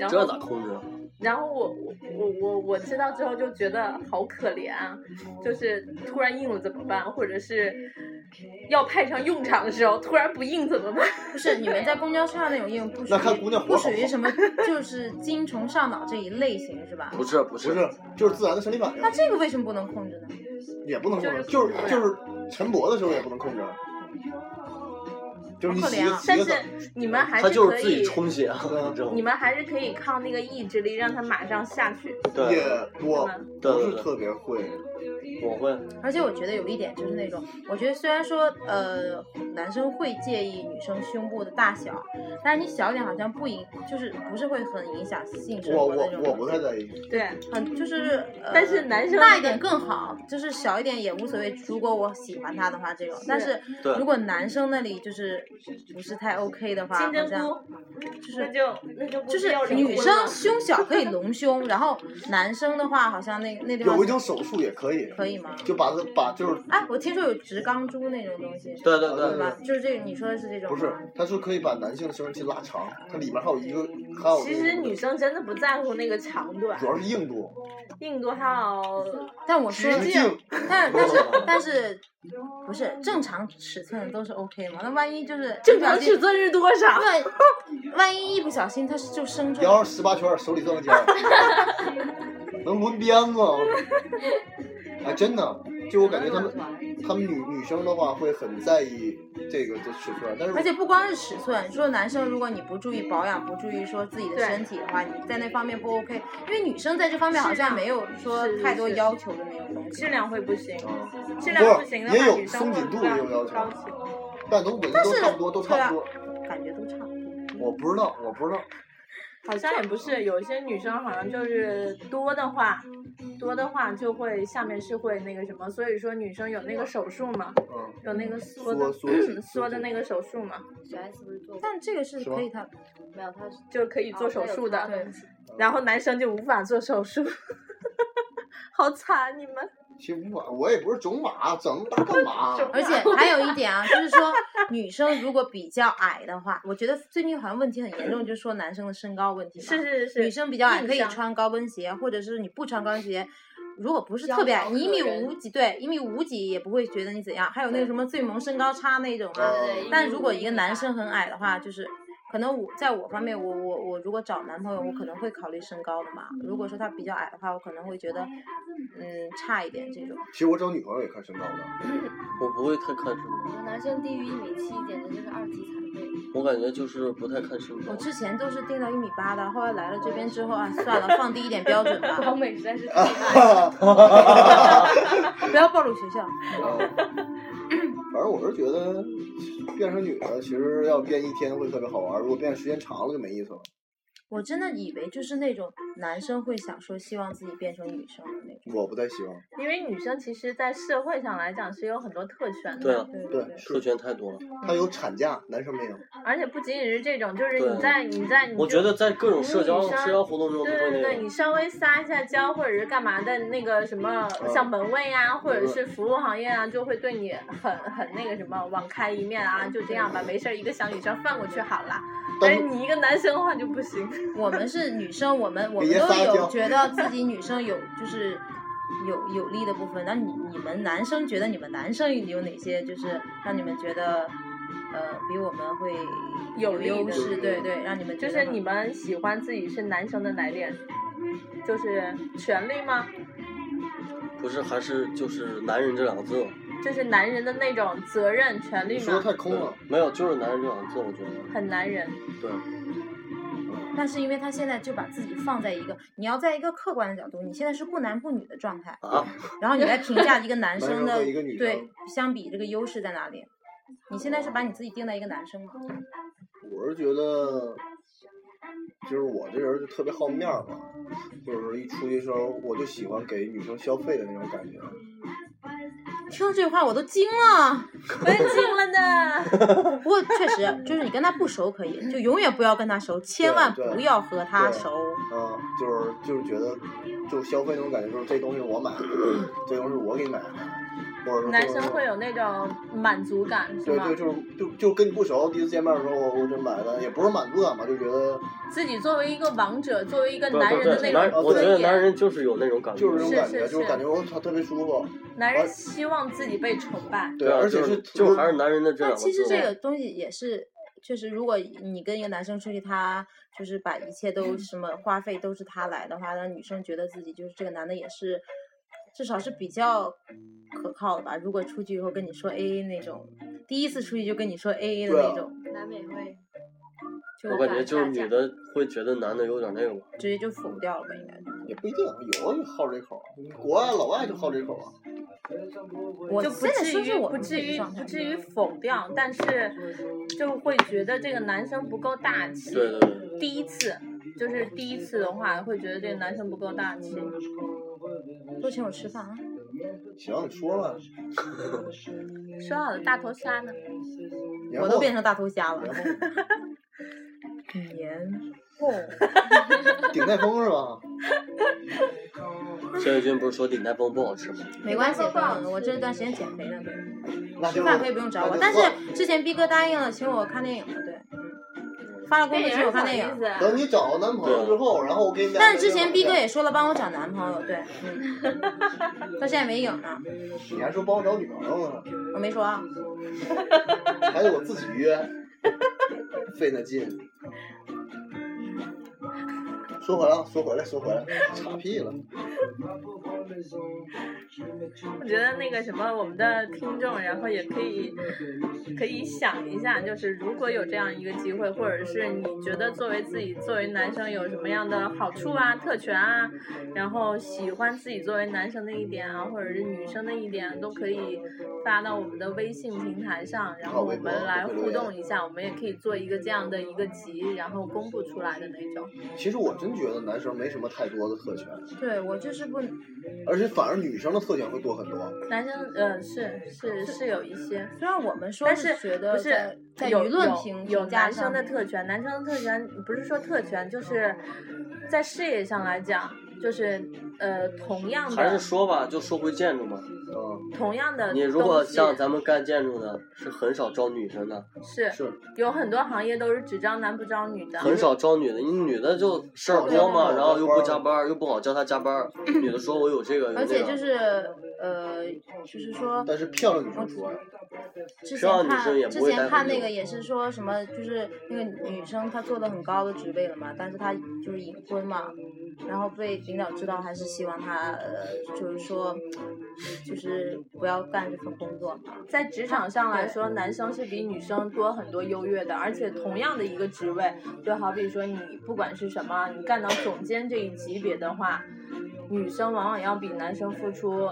然这咋后，控制啊？然后我我我我我知道之后就觉得好可怜啊，就是突然硬了怎么办，或者是要派上用场的时候突然不硬怎么办？不是你们在公交车上那种硬不属那看姑于娘活不好属不于好什么，就是精虫上脑这一类型是吧？不是不不是，就是自然的生理反应那，这个为什么不能控制呢？也不能控制，就是就是不就是晨勃的时候也不能控制，就是你好可洗怜啊洗但个是澡，你们还他就可是自己以，充血，啊嗯你知道你吗？们还是可以靠那个意志力让他马上下去。对也，我是吗不是对对特别会，我会，而且我觉得有一点就是那种，我觉得虽然说呃男生会介意女生胸部的大小，但是你小一点好像不影，就是不是会很影响性生我活的我那种。我不太在意。对，很 就是，呃但是男生大那一点个更好，就是小一点也无所谓。如果我喜欢他的话，这种，但是是对如果男生那里就是不是太 OK 的话，金好针像菇，就那是就那就不就是要离女婚生了胸小可以隆胸，然后男生的话好像那那地方有一种手术也可以，可以吗？就把它把就是哎，我听说有直肛珠那种东西，对对对对，吧？就是这个，你说的是这种不吗？是，它是可以把男性的生殖器拉长，它里面还有一个还有其那个实女生真的不在乎那个长短主，要是硬度，硬度还好，但我说，直径 但但是但是，不是正常尺寸都是 OK 嘛？那万一就是正常尺寸。寸是多少？对，万一一不小心它就生出来了，摇十八圈，手里攥 个尖儿，能抡鞭子。啊哎，真的，就我感觉他们他们女女生的话会很在意这个的尺寸，但是而且不光是尺寸，说男生如果你不注意保养，不注意说自己的对身体的话，你在那方面不 OK，因为女生在这方面好像没有说是太多是要求的那种东西质。量会不行，哦啊，质量不不是行的也话，有女生松会紧度不也要有要求高级。但都本身都差不多，都差不多。感觉都差不多。我不知道，我不知道，好像也不是，有一些女生好像就是多的话，多的话就会下面是会那个什么，所以说女生有那个手术嘛，嗯，有那个缩缩的嗯缩紧缩的那个手术嘛，小 S 不是做过但这个是是吗可以他没有？他是就可以做手术的。对， 然后男生就无法做手术，好惨你们。其实不管，我也不是种马，整那么大干嘛？啊 而且还有一点啊，就是说女生如果比较矮的话，我觉得最近好像问题很严重，就是说男生的身高问题嘛。是是女是是，生比较矮，硬可以伤穿高跟鞋，或者是你不穿高跟鞋，如果不是特别娇矮，小你一米可人五几，对，一米五几也不会觉得你怎样。还有那个对什么最萌身高差那种啊，对对但一米如五果一一个米男八生很矮的话，就是可能我在我方面，我我我如果找男朋友，我可能会考虑身高的嘛。如果说他比较矮的话，我可能会觉得，嗯，差一点这种。其实我找女朋友也看身高 的，我不会太看身我高，们男生低于一米七，简直就是二级残废。我感觉就是不太看身高我。之前都是定到一米八的，后来来了这边之后啊，算了，放低一点标准吧，光美实 在是太矮嗯了。不要暴露学校。反正我是觉得变成女的，其实要变一天会特别好玩，如果变时间长了就没意思了。我真的以为就是那种男生会想说希望自己变成女生的那种。我不太希望，因为女生其实，在社会上来讲是有很多特权对的，啊，对对对，特权太多了。她有产假，男生没有。而且不仅仅是这种，就是对你在你在你我就觉得在各种社交女生社交活动中都嗯对会对那对，种你。稍微撒一下娇，或者是干嘛的那个什么，像门卫啊，或者是服务行业啊，就会对你很很那个什么，网开一面啊，就这样吧，没事儿，一个小女生放过去好了。但是但你一个男生的话就不行，我们是女生，我们我们别都撒有娇觉得自己女生有就是有有利的部分。那你你们男生觉得你们男生有哪些就是让你们觉得呃比我们会有利优的势？对对，让你们觉就得是很你们喜欢自己是男生的哪点？就是权利吗？不是，还是就是男人这两个字嘛，就是男人的那种责任、权利你说的吗？太空了，没有，就是男人这两个字，我觉得很男人，对。但是因为他现在就把自己放在一个，你要在一个客观的角度，你现在是不男不女的状态，啊，然后你来评价一个男生生的和一个女对生相比这个优势在哪里？你现在是把你自己定在一个男生嘛？我是觉得，就是我这人就特别好面儿嘛，就是一出去的时候，我就喜欢给女生消费的那种感觉。听了这句话我都惊了，我也进了呢。不过确实就是你跟他不熟可以，就永远不要跟他熟，千万对不要和他对熟。嗯，就是就是觉得，就消费那种感觉，就是这东西我买的，这东西我给你买的，或者说男这生东西会有那种满足感，是对吗对，？就是就就跟你不熟，第一次见面的时候，我我就买的，也不是满足感吧，就觉得自己作为一个王者，作为一个对男人对的对，那男，种我觉得尊男严，人就是有那种感觉，就是那种是感觉，是就是是感觉我操特别舒服。男人希望自己被崇拜。对，啊而且就是就还是男人的这那两个字。其实这个东西也是，就是如果你跟一个男生出去，他就是把一切都什么花费都是他来的话，让女生觉得自己就是这个男的也是，至少是比较可靠的吧。如果出去以后跟你说 A A 那种，第一次出去就跟你说 A A 的对那啊种，南美会，就我把感觉就是打架女的会觉得男的有点那个吧，直接就否掉了吧，应该。也不一定有人好这口儿，嗯国外老外就好这口儿啊。我就不现在至说于说我不们至这个于状不态至于否掉，但是就会觉得这个男生不够大气。对对对，第一次就是第一次的话，会觉得这个男生不够大气。多请我吃饭啊！行，你说吧，说好的大头虾呢？年我都后变成大头虾了。嗯年 年哦后后顶泰丰 是吧？谢伟军不是说鼎泰丰不好吃吗？没关系，不好我这段时间减肥呢。对那吃就饭可以不用找我，那就但算是之前逼哥答应了请我看电影了，对，嗯，发了工电作请影我是啥看电意影。思啊？等你找到男朋友之后，然后我给你俩。但是之前逼哥也说了帮我找男朋友，对，嗯，到现在没影呢，你还说帮我找女朋友呢，我没说啊。还得我自己约，费那劲。说回来，啊说回来，说回来，岔屁了。我觉得那个什么，我们的听众，然后也可以可以想一下，就是如果有这样一个机会，或者是你觉得作为自己作为男生有什么样的好处啊、特权啊，然后喜欢自己作为男生的一点啊，或者是女生的一点啊，都可以发到我们的微信平台上，然后我们来互动一下，我们也可以做一个这样的一个集，然后公布出来的那种。其实我真觉得男生没什么太多的特权，对我就是不，而且反而女生的特权会多很多。男生，呃，是是是有一些。虽然我们说但觉不得呃在是在有舆论有评有评价男生上的面，特权，男生的特权不是说特权，就是在事业上来讲，就是呃同样还是的说吧，就说回建筑嘛。嗯，同样的你如果东西像咱们干建筑的，是很少招女生的，是是，有很多行业都是只招男不招女的，很少招女的。你女的就事儿多嘛，然后又不加班儿，又不好叫她加班 儿。女的说我有这个，有那而且就个。是呃，就是说但是漂亮女生多呀，之这样前女生也看不之会前单看纯那用个也是说什么，就是那个女生她做了很高的职位了嘛，但是她就是隐婚嘛，然后被领导知道，还是希望她呃，就是说，就是不要干这份工作嘛。在职场上来对说，男生是比女生多很多优越的，而且同样的一个职位，就好比说你不管是什么，你干到总监这一级别的话，女生往往要比男生付出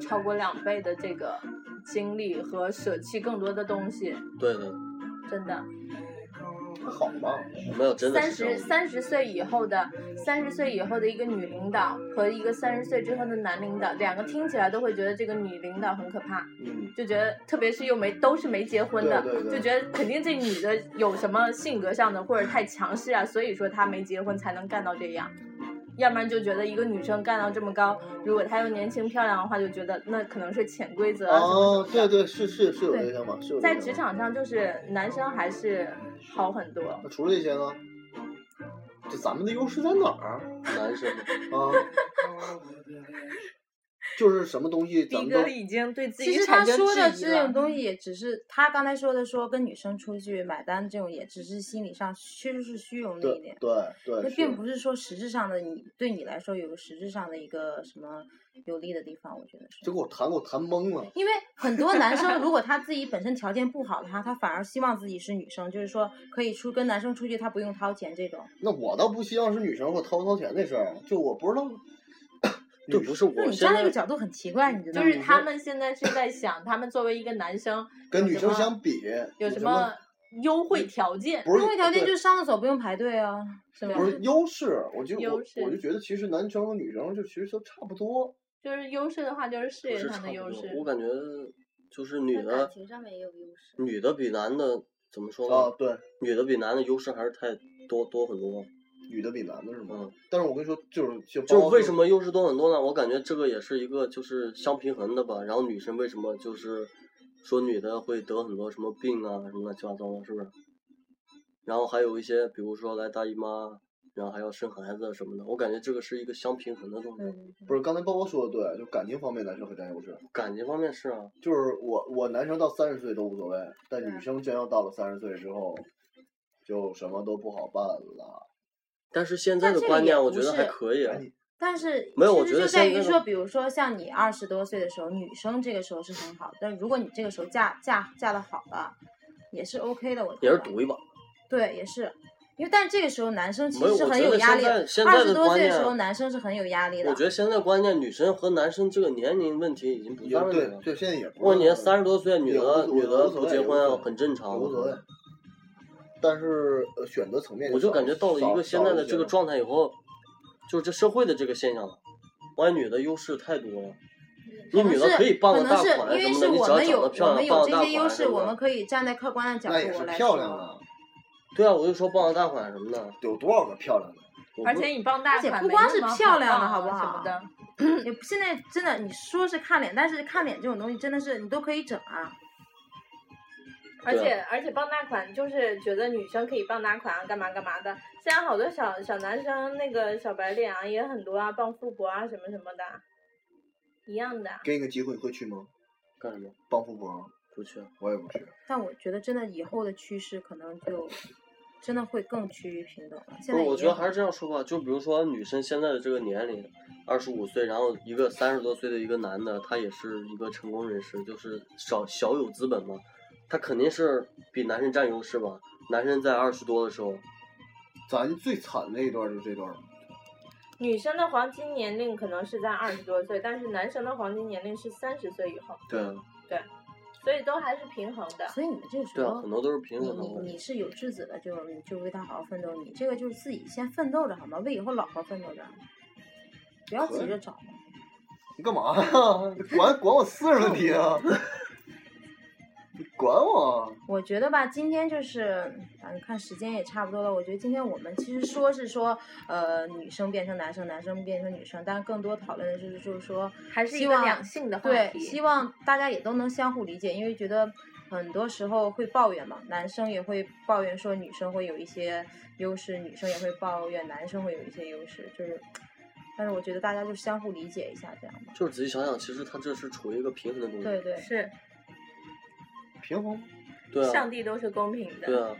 超过两倍的这个精力和舍弃更多的东西，对对，真的。还好吧？没有真的三是这十样。三十岁以后的三十岁以后的一个女领导和一个三十岁之后的男领导，两个听起来都会觉得这个女领导很可怕。嗯，就觉得，特别是又没都是没结婚的，对对对就觉得肯定这女的有什么性格上的或者太强势啊，所以说她没结婚才能干到这样。要不然就觉得一个女生干到这么高，如果她又年轻漂亮的话，就觉得那可能是潜规则啊什么什么哦的。，对对，是是是有这对个想法，是有这个在想职法场上，就是男生还是好很多。那除了这些呢？这咱们的优势在哪儿啊 男生嘛啊？就是什么东西咱逼们哥都已经对自其己实他产生说的质疑这种了。东西，也只是他刚才说的说跟女生出去买单这种，也只是心理上确实是虚荣了一对点。对对，那是并不是说实质上的你对你来说有个实质上的一个什么有利的地方，我觉得是这。给我谈给我谈懵了。因为很多男生，如果他自己本身条件不好的话，他反而希望自己是女生，就是说可以出跟男生出去，他不用掏钱这种。那我倒不希望是女生给我掏不掏钱这事儿，啊就我不知 道。就不是就我你站现那在个角度很奇怪，你知道就吗？是他们现在是在想，他们作为一个男生，跟有女什生么相比有什什么优惠条件？不是因为条件就对是上厕所不用排队啊，是吧不？是优势，我就我优势我就觉得其实男生和女生就其实都差不多。就是优势的话，就是事不业是上差的不优多势。我感觉就是女在感的，情上面也有优势。女的比男的怎么说啊哦呢？，对，女的比男的优势还是太多多很多。女的比男的是吗？嗯，但是我跟你说，就是就就包哦是为什么优势多很多呢？我感觉这个也是一个就是相平衡的吧。然后女生为什么就是说女的会得很多什么病啊什么乱七八糟的，是不是？然后还有一些比如说来大姨妈，然后还要生孩子什么的，我感觉这个是一个相平衡的东西。嗯，不是刚才包包说的对，就感情方面男生会占优势。感情方面是啊，就是我我男生到三十岁都无所谓，但对嗯女生真要到了三十岁之后，就什么都不好办了。哎但是现在但的这个也观念我不觉得还是哎可以啊。但是没有我其实觉得就在现在于的说，比如说像你二十多岁的时候，女生这个时候是很好，但如果你这个时候嫁嫁嫁的好了，也是 OK 的，我觉也是得赌一把，对，也是。因为但这个时候男生其没有实是我很觉有得压现力在的，现二在十的多观岁的时念啊候男生是很有压力的。我觉得现在观念，女生和男生这个年龄问题已经不也大问题对了。对，现在也不过是年很三十多岁，女也无的所女的无所不谓结无婚所啊谓很正常。无所我谓觉得。但是呃，选择层面少，我就感觉到了一个现在的这个状态以后，就是这社会的这个现象了，我感觉女的优势太多了。你可女能的是可以傍可个能大是款啊因什为么是的，你我只要们长有得我们漂亮，有傍个这大些优款啊势，什我们么的。态。可以站在客观的角那也度是来漂亮说，的，对啊，我就说傍个大款什么的。有多少个漂亮的？我而不且你傍大而且款不没光那是么漂亮棒的好啊不什好么的，也现在真的你说是看脸，但是看脸这种东西真的是你都可以整啊。而对啊且而且傍大款就是觉得女生可以傍大款啊，干嘛干嘛的。现在好多小小男生那个小白脸啊也很多啊，傍富婆啊什么什么的，一样的。给你个机会，你会去吗？干什么？帮富婆，不去啊。我也不去。但我觉得真的以后的趋势可能就真的会更趋于平等了。现不在是，我已觉经得还是这样说吧，就比如说女生现在的这个年龄，二十五岁，然后一个三十多岁的一个男的，他也是一个成功人士，就是少小有资本嘛，他肯定是比男生占优势吧。男生在二十多的时候，咱最惨的一段就是这段儿，女生的黄金年龄可能是在二十多岁，但是男生的黄金年龄是三十岁以后，对啊，所以都还是平衡的。所以你们这个时对啊，候很。多都是平你衡的你问你题。是有志子的，就你就为他好好奋斗。你这个就是自己先奋斗着好吗？为以后老婆奋斗着，不要急着找嘛。啊 你干嘛呀？管管我私人问题啊？管我，我觉得吧，今天就是，反正看时间也差不多了。我觉得今天我们其实说是说，呃，女生变成男生，男生变成女生，但是更多讨论的就是，就是说，还是一希个望两性的话对，题希望大家也都能相互理解，因为觉得很多时候会抱怨嘛，男生也会抱怨说女生会有一些优势，女生也会抱怨男生会有一些优势，就是，但是我觉得大家就相互理解一下，这样吧。就是仔细想想，其实它这是处于一个平衡的东西。对对，是平衡。对啊，上帝都是公平对的，啊，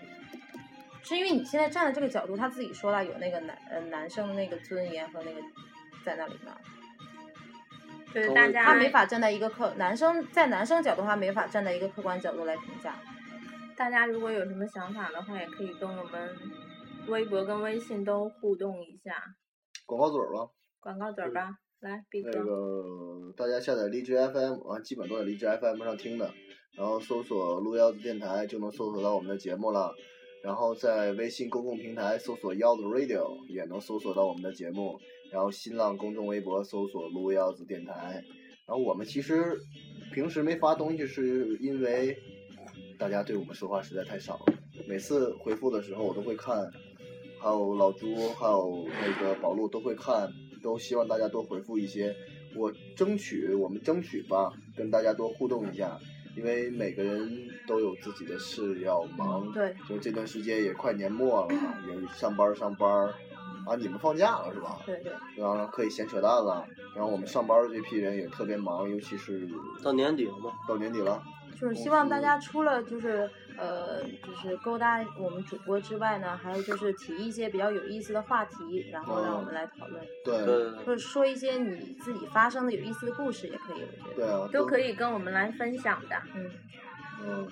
是因为你现在站在这个角度，他自己说了有那个男呃男生的那个尊严和那个在那里面，就是都大会家他没法站在一个客男生在男生角度，他没法站在一个客观角度来评价。大家如果有什么想法的话，也可以跟我们微博跟微信都互动一下。广告嘴儿吧，广告嘴儿吧，来，毕那哥，个大家下载荔枝 FM 啊，基本都在荔枝 FM 上听的，然后搜索“路腰子电台”就能搜索到我们的节目了，然后在微信公共平台搜索“腰子 Radio” 也能搜索到我们的节目，然后新浪公众微博搜索“路腰子电台”，然后我们其实平时没发东西是因为大家对我们说话实在太少了，每次回复的时候我都会看。还有老朱，还有那个宝路都会看，都希望大家多回复一些。我争取，我们争取吧，跟大家多互动一下，因为每个人都有自己的事要忙。嗯对，就这段时间也快年末了，也上班儿上班儿，啊，你们放假了是吧？对对，然后可以闲扯淡了。然后我们上班儿的这批人也特别忙，尤其是到年底了嘛，到年底了，就是希望大家除了就是呃就是勾搭我们主播之外呢，还有就是提一些比较有意思的话题，然后让我们来讨论，对对 对或对，者说一些你自己发生的有意思的故事也可以，我觉对得。啊，都可以跟我们来分享的。嗯嗯，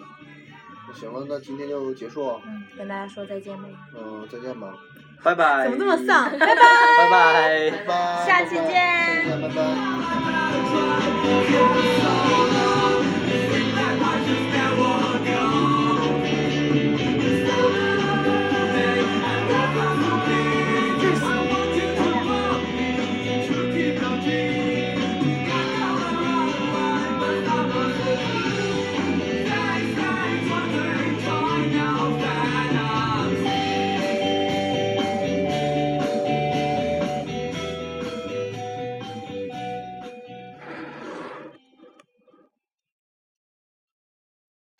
那行了，那今天就结束啊，嗯，跟大家说再见吧。嗯、再见吧。拜拜。怎么这么丧？拜拜。 拜 拜。拜拜，下期见下期见，拜拜。 Thank you.